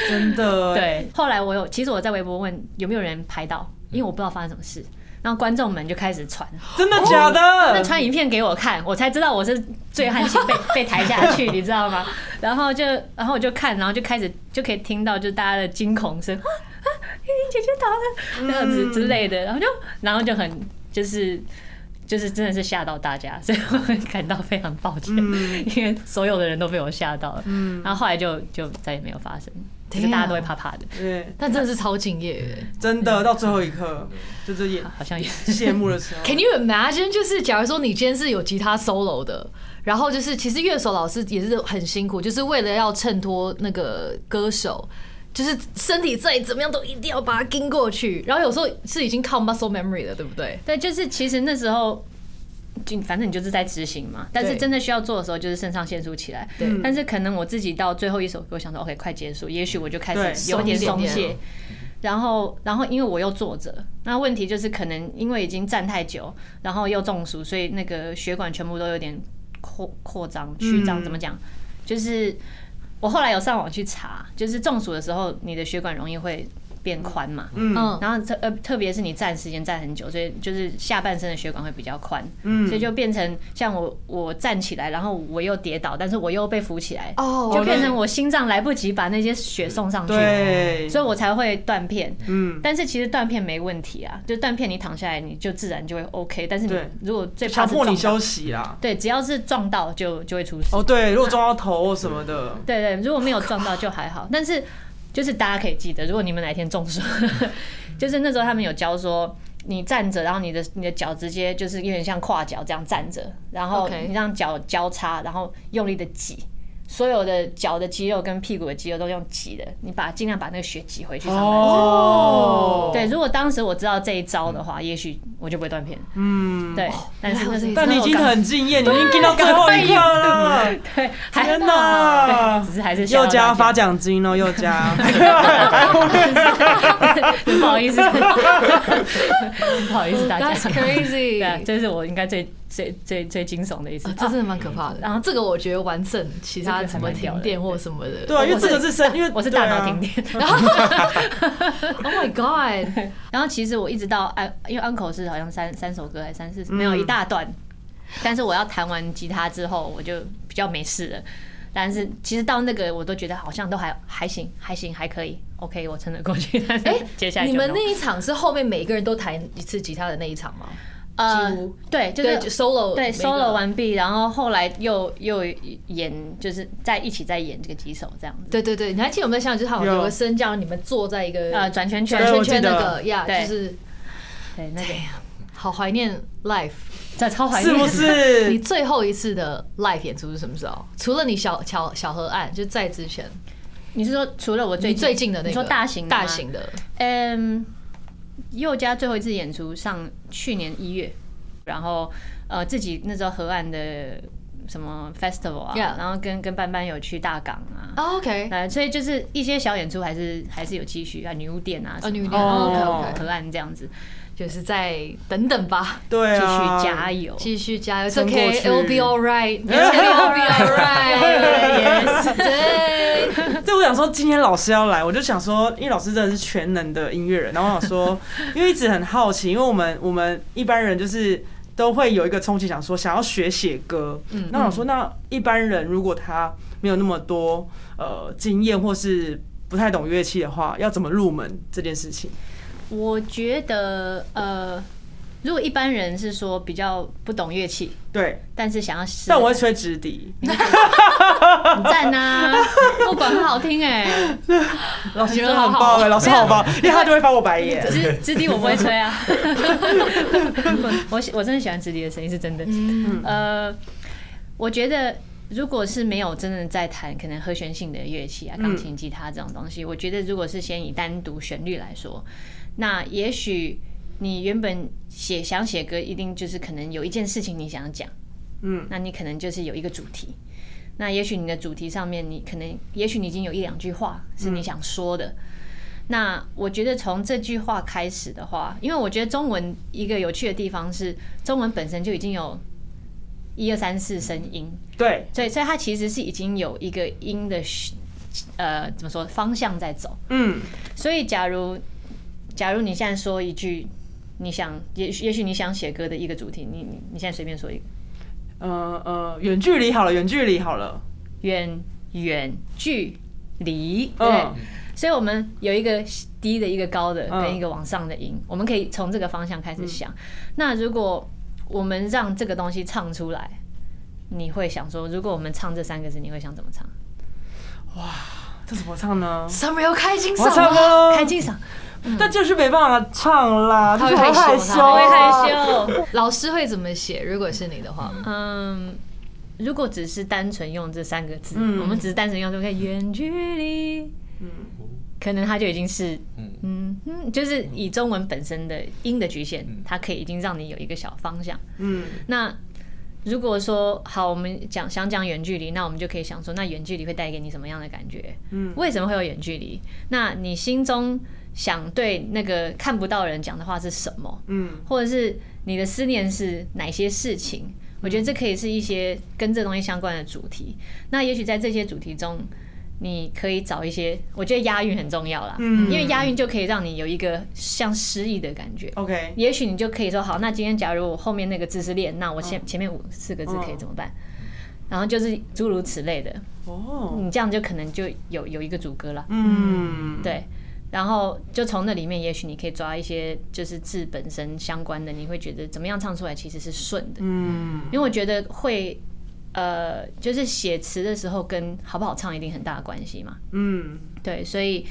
Speaker 1: 真的，，
Speaker 4: 对，后来我有，其实我在微博问有没有人拍到，因为我不知道发生什么事，然后观众们就开始传。
Speaker 1: 真的假
Speaker 4: 哦那
Speaker 1: 的？
Speaker 4: 传影片给我看，我才知道我是醉汉型被被抬下去，你知道吗？然后就，然后我就看，然后就开始就可以听到就大家的惊恐声，啊啊，玉玲姐姐倒了这样子之类的，然后就，然后就很就是就是真的是吓到大家，所以我会感到非常抱歉，因为所有的人都被我吓到了。然后后来就就再也没有发生，只是大家都会怕怕的，
Speaker 1: 对，
Speaker 2: 但真的是超敬业耶。
Speaker 1: 真的到最后一刻，就是也
Speaker 4: 好像也是。
Speaker 1: 谢幕的时候
Speaker 2: Can you imagine？就是假如说你今天是有吉他 solo 的，然后就是其实乐手老师也是很辛苦，就是为了要衬托那个歌手，就是身体再怎么样都一定要把它跟过去。然后有时候是已经靠 muscle memory 了，对不对？
Speaker 4: 对，就是其实那时候。就反正你就是在执行嘛，但是
Speaker 2: 对
Speaker 4: 真的需要做的时候，就是肾上腺素起来。
Speaker 2: 对
Speaker 4: 但是可能我自己到最后一首歌，想说 OK，快结束，也许我就开
Speaker 1: 对
Speaker 4: 始有
Speaker 2: 松
Speaker 4: 点
Speaker 2: 一点
Speaker 4: 嗯松
Speaker 2: 点
Speaker 4: 懈。然后，然后因为我又坐着，那问题就是可能因为已经站太久，然后又中暑，所以那个血管全部都有点扩扩张、曲张，怎么讲？就是我后来有上网去查，就是中暑的时候，你的血管容易会变宽嘛。
Speaker 2: 嗯，
Speaker 4: 然后特呃，特别是你站时间站很久，所以就是下半身的血管会比较宽，所以就变成像我我站起来，然后我又跌倒，但是我又被扶起来，
Speaker 2: 哦
Speaker 4: 就
Speaker 2: OK
Speaker 4: 变成我心脏来不及把那些血送上去，
Speaker 1: 对
Speaker 4: 所以我才会断片。
Speaker 1: 嗯，
Speaker 4: 但是其实断片没问题啊，就断片你躺下来你就自然就会 OK，但是你
Speaker 1: 对
Speaker 4: 如果最怕
Speaker 1: 强
Speaker 4: 是
Speaker 1: 迫你
Speaker 4: 撞到
Speaker 1: 休息啦。
Speaker 4: 对，只要是撞到就就会出事。
Speaker 1: 哦，对，如果撞到头或什么的，
Speaker 4: 对对，如果没有撞到就还好，但是就是大家可以记得，如果你们哪天中暑， 就是那时候他们有教说。你站着，然后你的你的脚直接就是有点像跨脚这样站着，然后
Speaker 2: OK
Speaker 4: 你让脚交叉，然后用力的挤，所有的脚的肌肉跟屁股的肌肉都用挤的，你把尽量把那个血挤回去上半身。
Speaker 1: 哦，
Speaker 4: 对，，如果当时我知道这一招的话，也许我就不会断片。嗯，对。但是那是，
Speaker 1: 哦但你已经
Speaker 4: 那我刚
Speaker 1: 很敬业，你已经跟到最后一刻了。
Speaker 4: 对，还
Speaker 1: 天
Speaker 4: 好
Speaker 1: 哪
Speaker 4: 对只是还是吓
Speaker 1: 又
Speaker 4: 到
Speaker 1: 加
Speaker 4: 大
Speaker 1: 发奖金哦，又 加。
Speaker 4: 不好 意思，不好意思大家。
Speaker 2: That's
Speaker 4: 对啊
Speaker 2: crazy，，
Speaker 4: 这是我应该最最最最惊悚的一次。
Speaker 2: 啊这真的蛮可怕的。然后这个我觉得完整，其他什么停电或什么的，
Speaker 1: 对啊，因为这个是生，因为
Speaker 4: 我是大
Speaker 1: 对
Speaker 4: 脑
Speaker 1: 啊
Speaker 4: 停电，
Speaker 2: ，Oh my God，
Speaker 4: 然后其实我一直到安，因为 uncle 是好像三三首歌还是三四，没有一大
Speaker 2: 嗯
Speaker 4: 段，但是我要弹完吉他之后，我就比较没事了。但是其实到那个我都觉得好像都还还行，还行，还可以，OK，我撑得过去。但是
Speaker 2: 哎
Speaker 4: 接 下来就
Speaker 2: 你们
Speaker 4: no
Speaker 2: 那一场是后面每个人都弹一次吉他的那一场吗？
Speaker 4: 呃
Speaker 2: 几乎
Speaker 4: 对，就
Speaker 2: 对
Speaker 4: 是
Speaker 2: 就 solo
Speaker 4: 对
Speaker 2: 每个
Speaker 4: solo 完毕，然后后来又又演，就是在一起在演这个几首这样子。
Speaker 2: 对对对，你还记得我们在想，就是好像
Speaker 1: 有
Speaker 2: 有个升降，你们坐在一个
Speaker 4: 呃，转圈圈，
Speaker 2: 转
Speaker 1: 对
Speaker 2: 圈
Speaker 1: 我记
Speaker 2: 圈
Speaker 1: 得
Speaker 2: 那个呀
Speaker 4: 对
Speaker 2: 就是
Speaker 4: 对那个，
Speaker 2: 好怀念 live。
Speaker 4: 这超怀念，
Speaker 1: 是不？
Speaker 2: 你
Speaker 1: 是？
Speaker 2: 最后一次的 live 演出是什么时候？除了你小小小河岸，就在之前，
Speaker 4: 你是说除了我最
Speaker 2: 你最近的那个
Speaker 4: 你说大型的吗
Speaker 2: 大型的，
Speaker 4: 嗯，佑嘉最后一次演出上去年一月，然后呃自己那时候河岸的什么 festival 啊
Speaker 2: Yeah
Speaker 4: 然后跟跟班班有去大港啊。
Speaker 2: 哦 OK，
Speaker 4: 呃，所以就是一些小演出还是还是有继续啊，女巫店啊什么，
Speaker 2: 哦女巫店
Speaker 4: 然后
Speaker 1: 哦
Speaker 4: 河岸这样子，
Speaker 2: 就是在等等吧，
Speaker 1: 对
Speaker 4: 继
Speaker 1: 啊，
Speaker 4: 续加油。
Speaker 2: 继续加油，it's
Speaker 1: 撑过去
Speaker 2: OK，it'll be alright，it'll be alright，yes，对，
Speaker 1: 对，我想说今天老师要来，我就想说，因为老师真的是全能的音乐人，然后我想说，因为一直很好奇，因为我们我们一般人就是。都会有一个憧憬，想说想要学写歌。嗯，那我想说，那一般人如果他没有那么多呃经验，或是不太懂乐器的话，要怎么入门这件事情？
Speaker 4: 我觉得呃，如果一般人是说比较不懂乐器，
Speaker 1: 对，
Speaker 4: 但是想要试，
Speaker 1: 但我会吹直笛。
Speaker 4: 很赞 啊，不管很好听哎、
Speaker 1: 老师
Speaker 2: 你
Speaker 1: 真
Speaker 2: 人
Speaker 1: 的很
Speaker 2: 好
Speaker 1: 棒
Speaker 2: 好
Speaker 1: 哎，老师好棒，因为他就会翻我白眼。
Speaker 4: 直直笛我不会吹啊，我喜我真的喜欢直笛的声音是真的。呃，我觉得如果是没有真的在弹可能和弦性的乐器啊，钢琴、吉他这种东西，我觉得如果是先以单独旋律来说，那也许你原本写想写歌，一定就是可能有一件事情你想讲，嗯，那你可能就是有一个主题。那也许你的主题上面，你可能，也许你已经有一两句话是你想说的，那我觉得从这句话开始的话，因为我觉得中文一个有趣的地方是，中文本身就已经有一二三四声音，
Speaker 1: 对，
Speaker 4: 所以所以它其实是已经有一个音的呃怎么说方向在走。
Speaker 1: 嗯，
Speaker 4: 所以假如假如你现在说一句你想，也许也许你想写歌的一个主题，你你你现在随便说一个
Speaker 1: 呃呃，远距离好了，远距离好了。
Speaker 4: 远远距离，对不对。
Speaker 1: 嗯，
Speaker 4: 所以我们有一个低的、一个高的
Speaker 1: 嗯
Speaker 4: 跟一个往上的音，我们可以从这个方向开始想。那如果我们让这个东西唱出来，你会想说，如果我们唱这三个字，你会想怎么唱？
Speaker 1: 这怎么唱呢？
Speaker 2: Summer 要开金
Speaker 1: 我
Speaker 2: 嗓
Speaker 1: 唱
Speaker 2: 了，
Speaker 1: 歌，
Speaker 4: 开机嗓，
Speaker 1: 但就是没办法唱啦，
Speaker 2: 他会
Speaker 1: 就是好
Speaker 2: 害
Speaker 1: 害
Speaker 2: 羞
Speaker 1: 羞，
Speaker 2: 他
Speaker 4: 我会
Speaker 2: 啊
Speaker 4: 害。羞。
Speaker 2: 老师会怎么写？如果是你的话，
Speaker 4: 嗯，如果只是单纯用这三个字，
Speaker 1: 嗯
Speaker 4: 我们只是单纯用这个远距离，
Speaker 1: 嗯
Speaker 4: 可能它就已经是
Speaker 3: 嗯，
Speaker 4: 嗯嗯，就是以中文本身的音的局限
Speaker 3: 嗯，
Speaker 4: 它可以已经让你有一个小方向。
Speaker 1: 嗯，
Speaker 4: 那如果说好，我们讲想讲远距离，那我们就可以想说，那远距离会带给你什么样的感觉？
Speaker 1: 嗯，
Speaker 4: 为什么会有远距离？那你心中想对那个看不到的人讲的话是什么？
Speaker 1: 嗯，
Speaker 4: 或者是你的思念是哪些事情？我觉得这可以是一些跟这东西相关的主题。那也许在这些主题中，你可以找一些，我觉得押韵很重要啦，
Speaker 1: 嗯
Speaker 4: 因为押韵就可以让你有一个像诗意的感觉。
Speaker 1: OK，
Speaker 4: 也许你就可以说，好，那今天假如我后面那个字是练，那我前、
Speaker 1: 嗯
Speaker 4: 前面五四个字可以怎么办？然后就是诸如此类的，
Speaker 1: 哦，
Speaker 4: 你这样就可能就有有一个主歌了，
Speaker 1: 嗯，
Speaker 4: 对。然后就从那里面，也许你可以抓一些就是字本身相关的，你会觉得怎么样唱出来其实是顺的，
Speaker 1: 嗯，
Speaker 4: 因为我觉得会。呃，就是写词的时候跟好不好唱一定很大的关系嘛。
Speaker 1: 嗯，
Speaker 4: 对，所以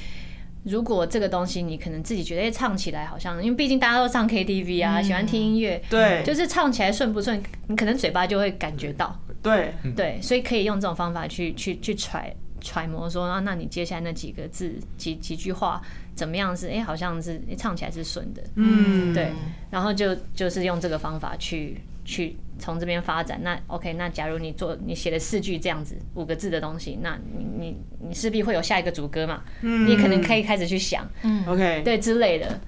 Speaker 4: 如果这个东西你可能自己觉得哎唱起来好像，因为毕竟大家都上 KTV 啊，喜欢听音乐，
Speaker 1: 嗯对，
Speaker 4: 就是唱起来顺不顺，你可能嘴巴就会感觉到，
Speaker 1: 对，
Speaker 4: 对，所以可以用这种方法去去去揣揣摩说，啊，那你接下来那几个字几几句话怎么样是，哎、好像是、哎唱起来是顺的，
Speaker 1: 嗯，
Speaker 4: 对，然后就就是用这个方法去去从这边发展。那 OK，那假如你做你写了四句这样子五个字的东西，那你你你势必会有下一个主歌嘛，
Speaker 1: 嗯
Speaker 4: 你也可能可以开始去想，
Speaker 1: ，OK，
Speaker 4: 对之类的。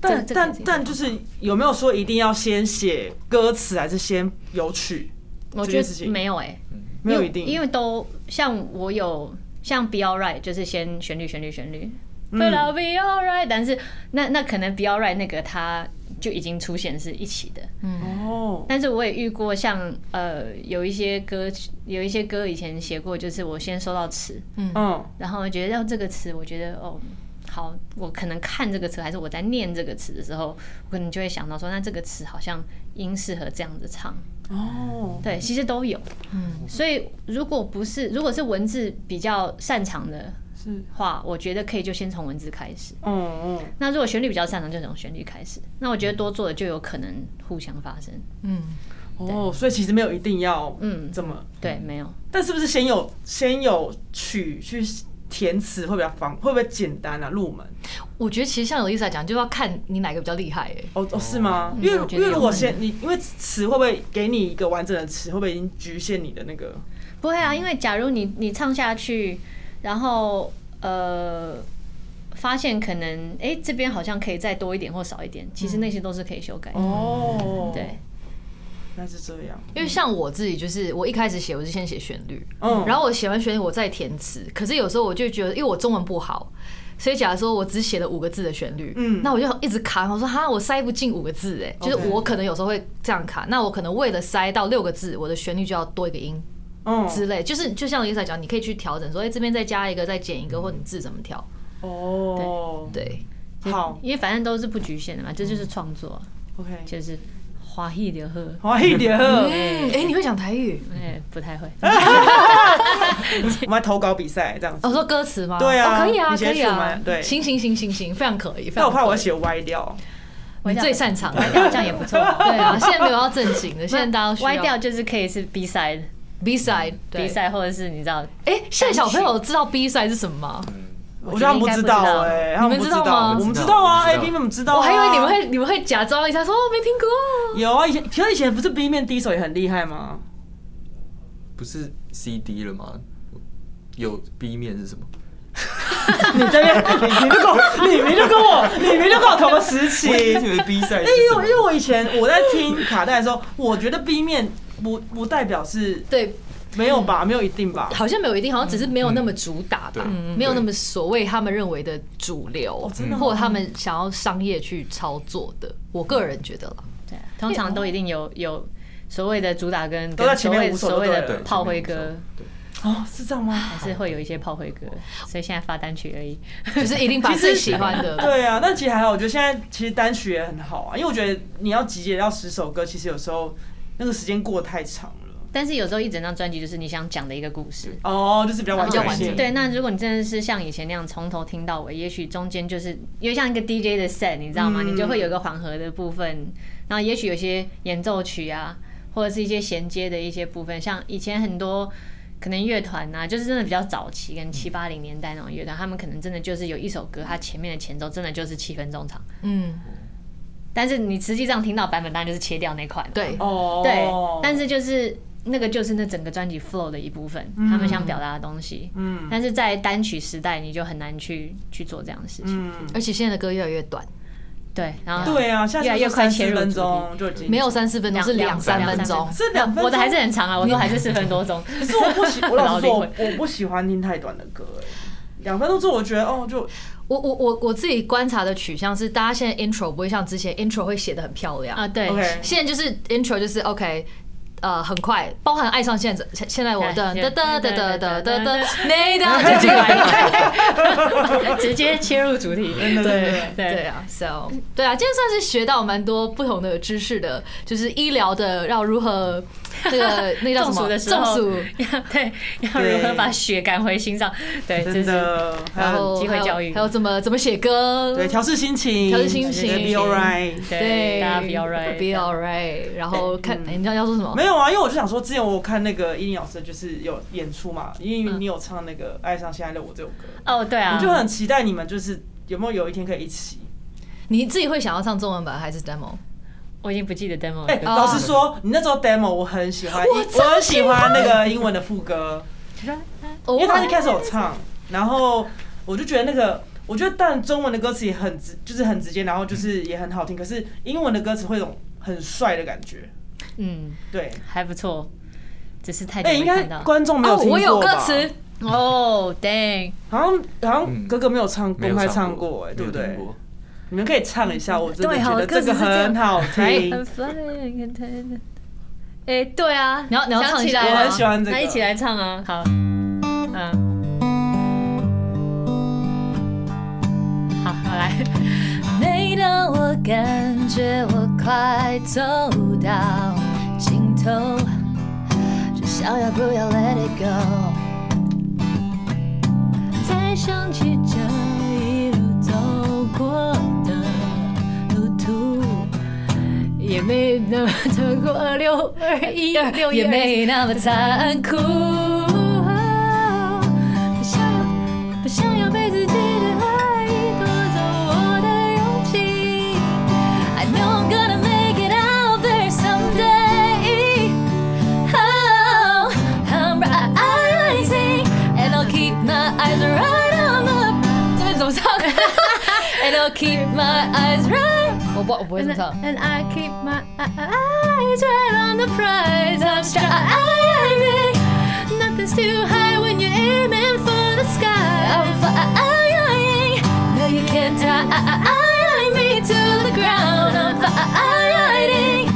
Speaker 1: 但
Speaker 4: 这这个
Speaker 1: 但
Speaker 4: 可以
Speaker 1: 但就是有没有说一定要先写歌词，还是先有曲？
Speaker 4: 我
Speaker 1: 这件
Speaker 4: 觉
Speaker 1: 事
Speaker 4: 得
Speaker 1: 情
Speaker 4: 没有哎、
Speaker 1: 没有
Speaker 4: 因为
Speaker 1: 一定，
Speaker 4: 因
Speaker 1: 为
Speaker 4: 为都像我有像 Be Alright，就是先旋律旋律旋律，But
Speaker 1: 嗯
Speaker 4: I'll be alright。但是那那可能 Be Alright 那个它就已经出现是一起的，
Speaker 1: 哦，
Speaker 4: 但是我也遇过像呃有一些歌有一些歌以前写过，就是我先收到词，
Speaker 1: 嗯
Speaker 4: 然后我觉得要这个词，我觉得哦。好，我可能看这个词，还是我在念这个词的时候，我可能就会想到说，那这个词好像应适合这样子唱。
Speaker 1: 哦，
Speaker 4: 对，其实都有。嗯，所以如果不是，如果是文字比较擅长的
Speaker 1: 是，
Speaker 4: 话，我觉得可以就先从文字开始。
Speaker 1: 嗯嗯，
Speaker 4: 那如果旋律比较擅长，就从旋律开始。那我觉得多做的就有可能互相发生。
Speaker 2: 嗯，
Speaker 1: 哦，所以其实没有一定要
Speaker 4: 嗯，
Speaker 1: 怎么，
Speaker 4: 对，没有。
Speaker 1: 但是不是先有先有曲去填词会比较方，会不会简单啊？入门？
Speaker 2: 我觉得其实像 Lisa 讲，就要看你哪个比较厉害、欸。
Speaker 1: 哦哦，是吗？
Speaker 4: 嗯
Speaker 1: 因为
Speaker 4: 我觉
Speaker 1: 因
Speaker 4: 得
Speaker 1: 为如果
Speaker 4: 有
Speaker 1: 先你，因为词会不会给你一个完整的词，会不会已经局限你的那个？
Speaker 4: 不会啊，因为假如你你唱下去，然后呃，发现可能哎、诶这边好像可以再多一点或少一点，其实那些都是可以修改的。
Speaker 1: 哦，
Speaker 4: 对，，
Speaker 1: 那是这样，
Speaker 2: 因为像我自己，就是我一开始写，我是先写旋律，
Speaker 1: 嗯，
Speaker 2: 然后我写完旋律，我再填词。可是有时候我就觉得，因为我中文不好，所以假如说我只写了五个字的旋律，
Speaker 1: 嗯
Speaker 2: 那我就一直卡，我说哈，我塞不进五个字，哎，就是
Speaker 1: OK
Speaker 2: 我可能有时候会这样卡。那我可能为了塞到六个字，我的旋律就要多一个音
Speaker 1: 嗯
Speaker 2: 之类，就是就像 Lisa 讲，你可以去调整，说哎这边再加一个，再减一个，或你字怎么调，
Speaker 1: 哦，
Speaker 2: 对，
Speaker 1: 好
Speaker 4: 因为反正都是不局限的嘛，这就是创作啊，
Speaker 1: ，OK，
Speaker 4: 就是花艺的喝。
Speaker 1: 好啊一点了。
Speaker 2: 嗯，哎，你会讲台语？
Speaker 4: 哎，不太会。
Speaker 1: 我们来投稿比赛这样子。
Speaker 2: 我说歌词吗？
Speaker 1: 对啊
Speaker 2: 哦可以啊，
Speaker 1: 你
Speaker 2: 可
Speaker 1: 写
Speaker 2: 以
Speaker 1: 什
Speaker 2: 啊
Speaker 1: 么，对
Speaker 2: 行行行行行，非常可以。非
Speaker 1: 但
Speaker 2: 常
Speaker 1: 我怕我
Speaker 2: 可以
Speaker 1: 写歪掉。
Speaker 2: 你最擅长
Speaker 4: 歪掉 好像也不 错。
Speaker 2: 对啊，现在没有要正经的，现在大家都需要
Speaker 4: 歪掉就是可以是 B side
Speaker 2: B side
Speaker 4: ，B。
Speaker 2: 对
Speaker 4: side 或者是你知道，
Speaker 2: 哎，现在小朋友知道 B side 是什么吗？
Speaker 1: 我觉得他们不知道哎、他们不
Speaker 2: 你们知道吗
Speaker 1: 我们知道啊
Speaker 3: 我
Speaker 1: ，A
Speaker 3: 知道
Speaker 1: B 们知道、啊。
Speaker 2: 我还以为你们会你们会假装一下说哦没听过。
Speaker 1: 有啊，以前其实以前不是 B 面第一首也很厉害吗？
Speaker 3: 不是 CD 了吗？有 B 面是什么？
Speaker 1: 你这边，你你就跟我，你明就跟我，你明就跟我同个时期。
Speaker 3: 我以
Speaker 1: 哎因
Speaker 3: 为 B
Speaker 4: 哎
Speaker 3: 赛
Speaker 1: 为
Speaker 3: 是什
Speaker 1: 我
Speaker 3: 么
Speaker 1: 因为我以前我在听卡带的时候，我觉得 B 面不不代表是
Speaker 2: 对，
Speaker 1: 没有吧，没有一定吧。
Speaker 2: 好像没有一定，好像只是
Speaker 1: 嗯
Speaker 2: 没有那么主打吧，
Speaker 3: 嗯对
Speaker 2: 没有那么所谓他们认为的主流
Speaker 1: 啊哦，真的吗
Speaker 2: 或者他们想要商业去操作的。我个人觉得啦，
Speaker 4: 对，通常都一定有有所谓的主打跟
Speaker 1: 都在前面
Speaker 4: 跟
Speaker 1: 五首
Speaker 4: 所谓所谓
Speaker 1: 就对
Speaker 4: 的
Speaker 3: 了
Speaker 4: 炮灰
Speaker 3: 前面五
Speaker 4: 歌
Speaker 3: 首，对
Speaker 1: 哦，是这样吗？
Speaker 4: 还是会有一些炮灰歌，所以现在发单曲而已。
Speaker 2: 就是一定把最喜欢的。
Speaker 1: 对啊，但 其实还好，我觉得现在其实单曲也很好啊，因为我觉得你要集结到十首歌，其实有时候那个时间过得太长了。
Speaker 4: 但是有时候一整张专辑就是你想讲的一个故事。
Speaker 1: 哦，就是比较完
Speaker 2: 比较
Speaker 1: 整
Speaker 2: 完
Speaker 1: 性。
Speaker 2: 整
Speaker 4: 对，那如果你真的是像以前那样从头听到尾，也许中间就是因为像一个 DJ 的 set，你知道吗？
Speaker 1: 嗯
Speaker 4: 你就会有一个缓和的部分，然后也许有些演奏曲啊，或者是一些衔接的一些部分，像以前很多。可能乐团啊，就是真的比较早期，跟七八零年代那种乐团，他们可能真的就是有一首歌，它前面的前奏真的就是七分钟长，
Speaker 2: 嗯，
Speaker 4: 但是你实际上听到版本当然就是切掉那块嘛。
Speaker 2: 对，
Speaker 1: 哦，
Speaker 4: 对，但是就是那个就是那整个专辑 flow 的一部分，他们想表达的东西。
Speaker 1: 嗯
Speaker 4: 但是在单曲时代，你就很难去去做这样的事情。
Speaker 1: 嗯，
Speaker 2: 而且现在的歌越来越短，
Speaker 4: 对，然后
Speaker 1: 对啊，下次
Speaker 4: 越来越
Speaker 1: 就
Speaker 4: 快
Speaker 1: 30
Speaker 4: 切入
Speaker 1: 分
Speaker 4: 主题
Speaker 1: 钟就已经
Speaker 2: 没有三四分钟，是两三分钟。
Speaker 1: 是两分钟
Speaker 4: 我的还是很长啊，我都还是四分多钟。
Speaker 1: 可是我不喜，我老实说，
Speaker 4: 老
Speaker 1: 我我不喜欢听太短的歌、欸。两分钟之后，我觉得哦，就
Speaker 2: 我我我我自己观察的取向是，大家现在 intro 不会像之前 intro 会写的很漂亮
Speaker 4: 啊，对
Speaker 1: OK
Speaker 2: 现在就是 intro 就是 OK。呃，很快，包含爱上现在现在我的
Speaker 4: 对
Speaker 2: 哒哒哒哒哒哒哒，没的
Speaker 4: 对
Speaker 2: 就进来了。
Speaker 4: 直接切入主 题。
Speaker 1: 真的真的
Speaker 4: 对
Speaker 2: 对
Speaker 4: 对，
Speaker 2: 啊，so 对啊，今天算是学到蛮多不同的知识的，就是医疗的要如何那个那个叫 什
Speaker 4: 中暑
Speaker 2: 么
Speaker 4: 的时
Speaker 2: 中
Speaker 4: 候，
Speaker 2: 暑，
Speaker 4: 要对要如何把血赶回心脏？对，这
Speaker 1: 真
Speaker 4: 是
Speaker 1: 的，
Speaker 2: 然
Speaker 1: 还有
Speaker 2: 后
Speaker 4: 机会
Speaker 2: 还有
Speaker 4: 教育
Speaker 2: 还有怎么怎么写歌，
Speaker 1: 对调试心情，
Speaker 2: 嗯调试心情
Speaker 1: ，be alright。
Speaker 4: 对
Speaker 2: 对，
Speaker 4: 大家不要 right，嗯
Speaker 2: be alright，然后看哎人家要说什么，
Speaker 1: 没有啊，因为我就想说，之前我有看那个伊林老师就是有演出嘛，因
Speaker 2: 嗯
Speaker 1: 为你有唱那个《爱上现在的我》这首歌，
Speaker 4: 哦，对啊
Speaker 1: 我，就很期待你们就是有没有有一天可以一起。
Speaker 2: 你自己会想要唱中文版还是 demo？
Speaker 4: 我已经不记得 demo 了。
Speaker 1: 哎、
Speaker 4: 对
Speaker 1: 老实说，你那时候 demo 我很喜欢，
Speaker 2: Oh 我
Speaker 1: 我很喜欢那个英文的副歌。
Speaker 2: 因
Speaker 1: 因为他一开始有唱，然后我就觉得那个，我觉得但中文的歌词也很直，就是很直接，然后就是也很好听。可是英文的歌词会有种很帅的感觉，
Speaker 4: 嗯，
Speaker 1: 对。
Speaker 4: 还不错，只是太久
Speaker 1: 哎、
Speaker 4: 没
Speaker 1: 应该
Speaker 4: 看到。
Speaker 1: 观众没有
Speaker 2: 哦，
Speaker 1: 听过吧
Speaker 2: 我有歌词，
Speaker 4: 哦，dang，
Speaker 1: 好像好像
Speaker 3: 嗯
Speaker 1: 哥哥没有唱公
Speaker 3: 没有
Speaker 1: 开
Speaker 3: 唱
Speaker 1: 唱过、哎，对不
Speaker 3: 没有
Speaker 1: 对
Speaker 3: 听？ 过
Speaker 1: 你们可以唱一下，我真的
Speaker 4: 对
Speaker 1: 觉
Speaker 4: 好
Speaker 1: 得这
Speaker 4: 歌词
Speaker 1: 个
Speaker 4: 是这样
Speaker 1: 很好
Speaker 4: I'm
Speaker 1: 听。
Speaker 4: flying and then- 哎，对啊，
Speaker 2: 你要你要
Speaker 4: 想
Speaker 2: 唱一
Speaker 4: 起
Speaker 2: 下
Speaker 4: 来
Speaker 2: 吗
Speaker 4: 了
Speaker 1: 我很喜欢这个
Speaker 4: 那一起来唱啊，好，嗯，好，好来，
Speaker 2: 每当我感觉我快走到尽头，就想要不要 let it go，才想起这一路走过的路途， 也没那么超过六二一二，也没那么残酷。不想要，不想要被自己的爱夺走我的勇气。I know I'm gonna make it out there someday. Oh, I'm rising, and I'll keep my eyes right on the. 这边怎么唱？And I'll keep my eyes right. 我不我不会怎么唱。
Speaker 4: And I keep my
Speaker 2: eyes right on the prize. I'm striving. Nothing's too high when you're aiming for the sky. I'm flying. No, you can't tie me to the ground. I'm fighting.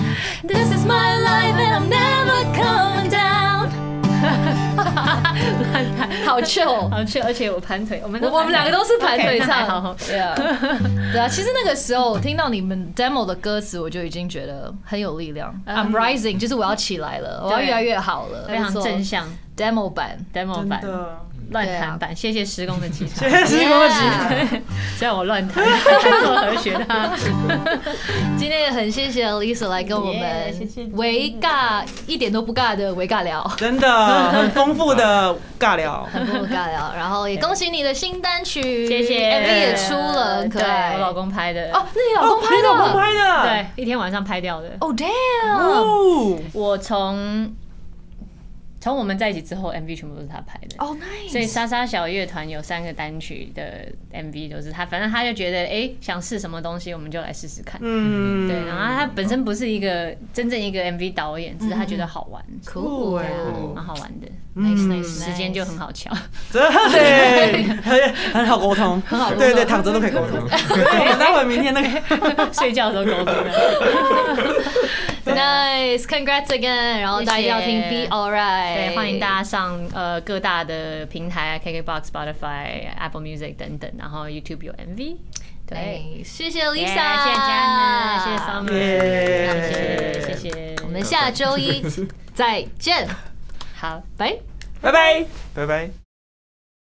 Speaker 2: This is my life, and I'm never coming down. 好 chill。
Speaker 4: 好去，而且我盘腿，我们
Speaker 2: 我我们两个都是盘腿
Speaker 4: OK，那还
Speaker 2: 唱
Speaker 4: 好，
Speaker 2: Yeah 对啊，其实那个时候我听到你们 demo 的歌词，我就已经觉得很有力量。I'm rising，就是我要起来了，我要越来越好了，
Speaker 4: 嗯非常
Speaker 2: 没错
Speaker 4: 正向
Speaker 2: demo 版。
Speaker 4: demo
Speaker 1: 真
Speaker 4: 版、啊
Speaker 1: 的，
Speaker 4: 乱弹版，谢谢施工的吉他，
Speaker 1: 谢谢恭喜。
Speaker 2: Yeah
Speaker 4: 虽然我乱弹， 但是我和啊学他。
Speaker 2: 今天也很谢谢 Lisa 来跟我
Speaker 4: Yeah，谢谢
Speaker 2: 们维尬一点都不尬的维尬 聊，
Speaker 1: 真的很丰富的尬聊。
Speaker 2: 很不尬聊。然后也恭喜你的新单曲，
Speaker 4: 谢谢
Speaker 2: ，MV 也出了，很可爱。
Speaker 4: 对我老公拍的
Speaker 2: 哦，，那你老公
Speaker 1: 哦
Speaker 2: 拍
Speaker 1: 你
Speaker 2: 的？
Speaker 1: 老公拍的，
Speaker 4: 对，一天晚上拍掉的。
Speaker 2: 哦，damn，
Speaker 1: 哦，
Speaker 4: 我从从我们在一起之后，MV 全部都是他拍的。
Speaker 2: 哦，nice，
Speaker 4: 所以莎莎小乐团有三个单曲的 MV 都是他，反正他就觉得哎、诶想试什么东西，我们就来试试看。
Speaker 1: 嗯，
Speaker 4: 对，然后他本身不是一个真正一个 MV 导演，只是他觉得好玩，嗯
Speaker 2: 酷
Speaker 1: 哎
Speaker 2: 啊
Speaker 1: 哦
Speaker 3: 嗯
Speaker 4: 蛮好玩的，
Speaker 2: ，nice
Speaker 1: 嗯
Speaker 2: nice，
Speaker 4: 时间就很好 瞧。
Speaker 1: 真的很很好沟通，很
Speaker 2: 好沟通
Speaker 1: 对对，躺着都可以沟通。对我们待会明天那个，
Speaker 4: 睡觉的时候沟通的。
Speaker 2: Nice，congrats again！然后大家一定要听
Speaker 4: 谢谢
Speaker 2: Be Alright，
Speaker 4: 对，欢迎大家上呃各大的平台，KKBox、Spotify、Apple Music 等等，然后 YouTube 有 MV。对，
Speaker 2: 对，谢谢 Lisa，
Speaker 4: 哎耶谢谢 Jana，谢谢
Speaker 1: 耶
Speaker 4: Summer，谢谢谢谢，
Speaker 2: 我们下周一再见，
Speaker 4: 好。
Speaker 2: 拜。
Speaker 1: 拜拜。
Speaker 3: 拜拜。